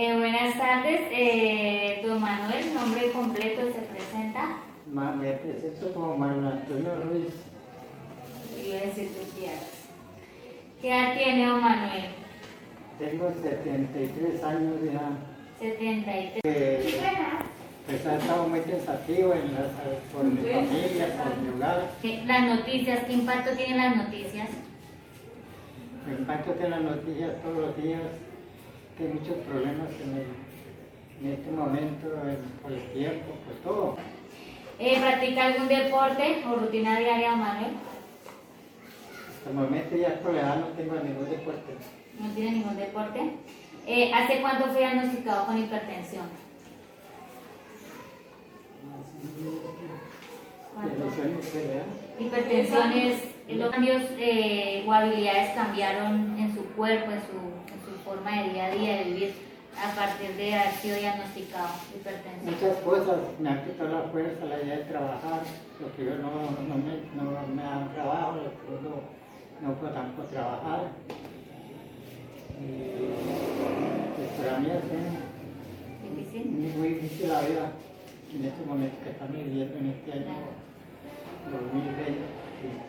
Buenas tardes, eh, don Manuel, nombre completo se presenta. Ma- Me presento como Manuel Antonio Ruiz, Iba a decir tus días. ¿Qué edad tiene don Manuel? tengo 73 años ya. 73. Eh, Buenas. pues ha estado muy pensativo en las, con mi familia, con mi hogar. Eh, Las noticias, ¿qué impacto tienen las noticias? Me impacto de las noticias todos los días, que hay muchos problemas en, el- en este momento, en- por el tiempo, por todo. Eh, ¿Practica algún deporte o rutina diaria, don Manuel? Hasta el momento ya hasta la edad no tengo ningún deporte. No tiene ningún deporte. Eh, ¿Hace cuánto fue diagnosticado con hipertensión? ¿Cuánto? Pero soy mujer, ¿verdad? Hipertensiones, los cambios eh, o habilidades cambiaron en su cuerpo, en su, en su forma de día a día de vivir a partir de haber sido diagnosticado hipertensión. Muchas cosas me han quitado la fuerza, la idea de trabajar, lo que yo no, no me, no me dan trabajo, lo que yo no, no puedo tampoco trabajar. Y pues para mí es Difícil. muy, muy difícil la vida en este momento que estamos viviendo en este año 2020.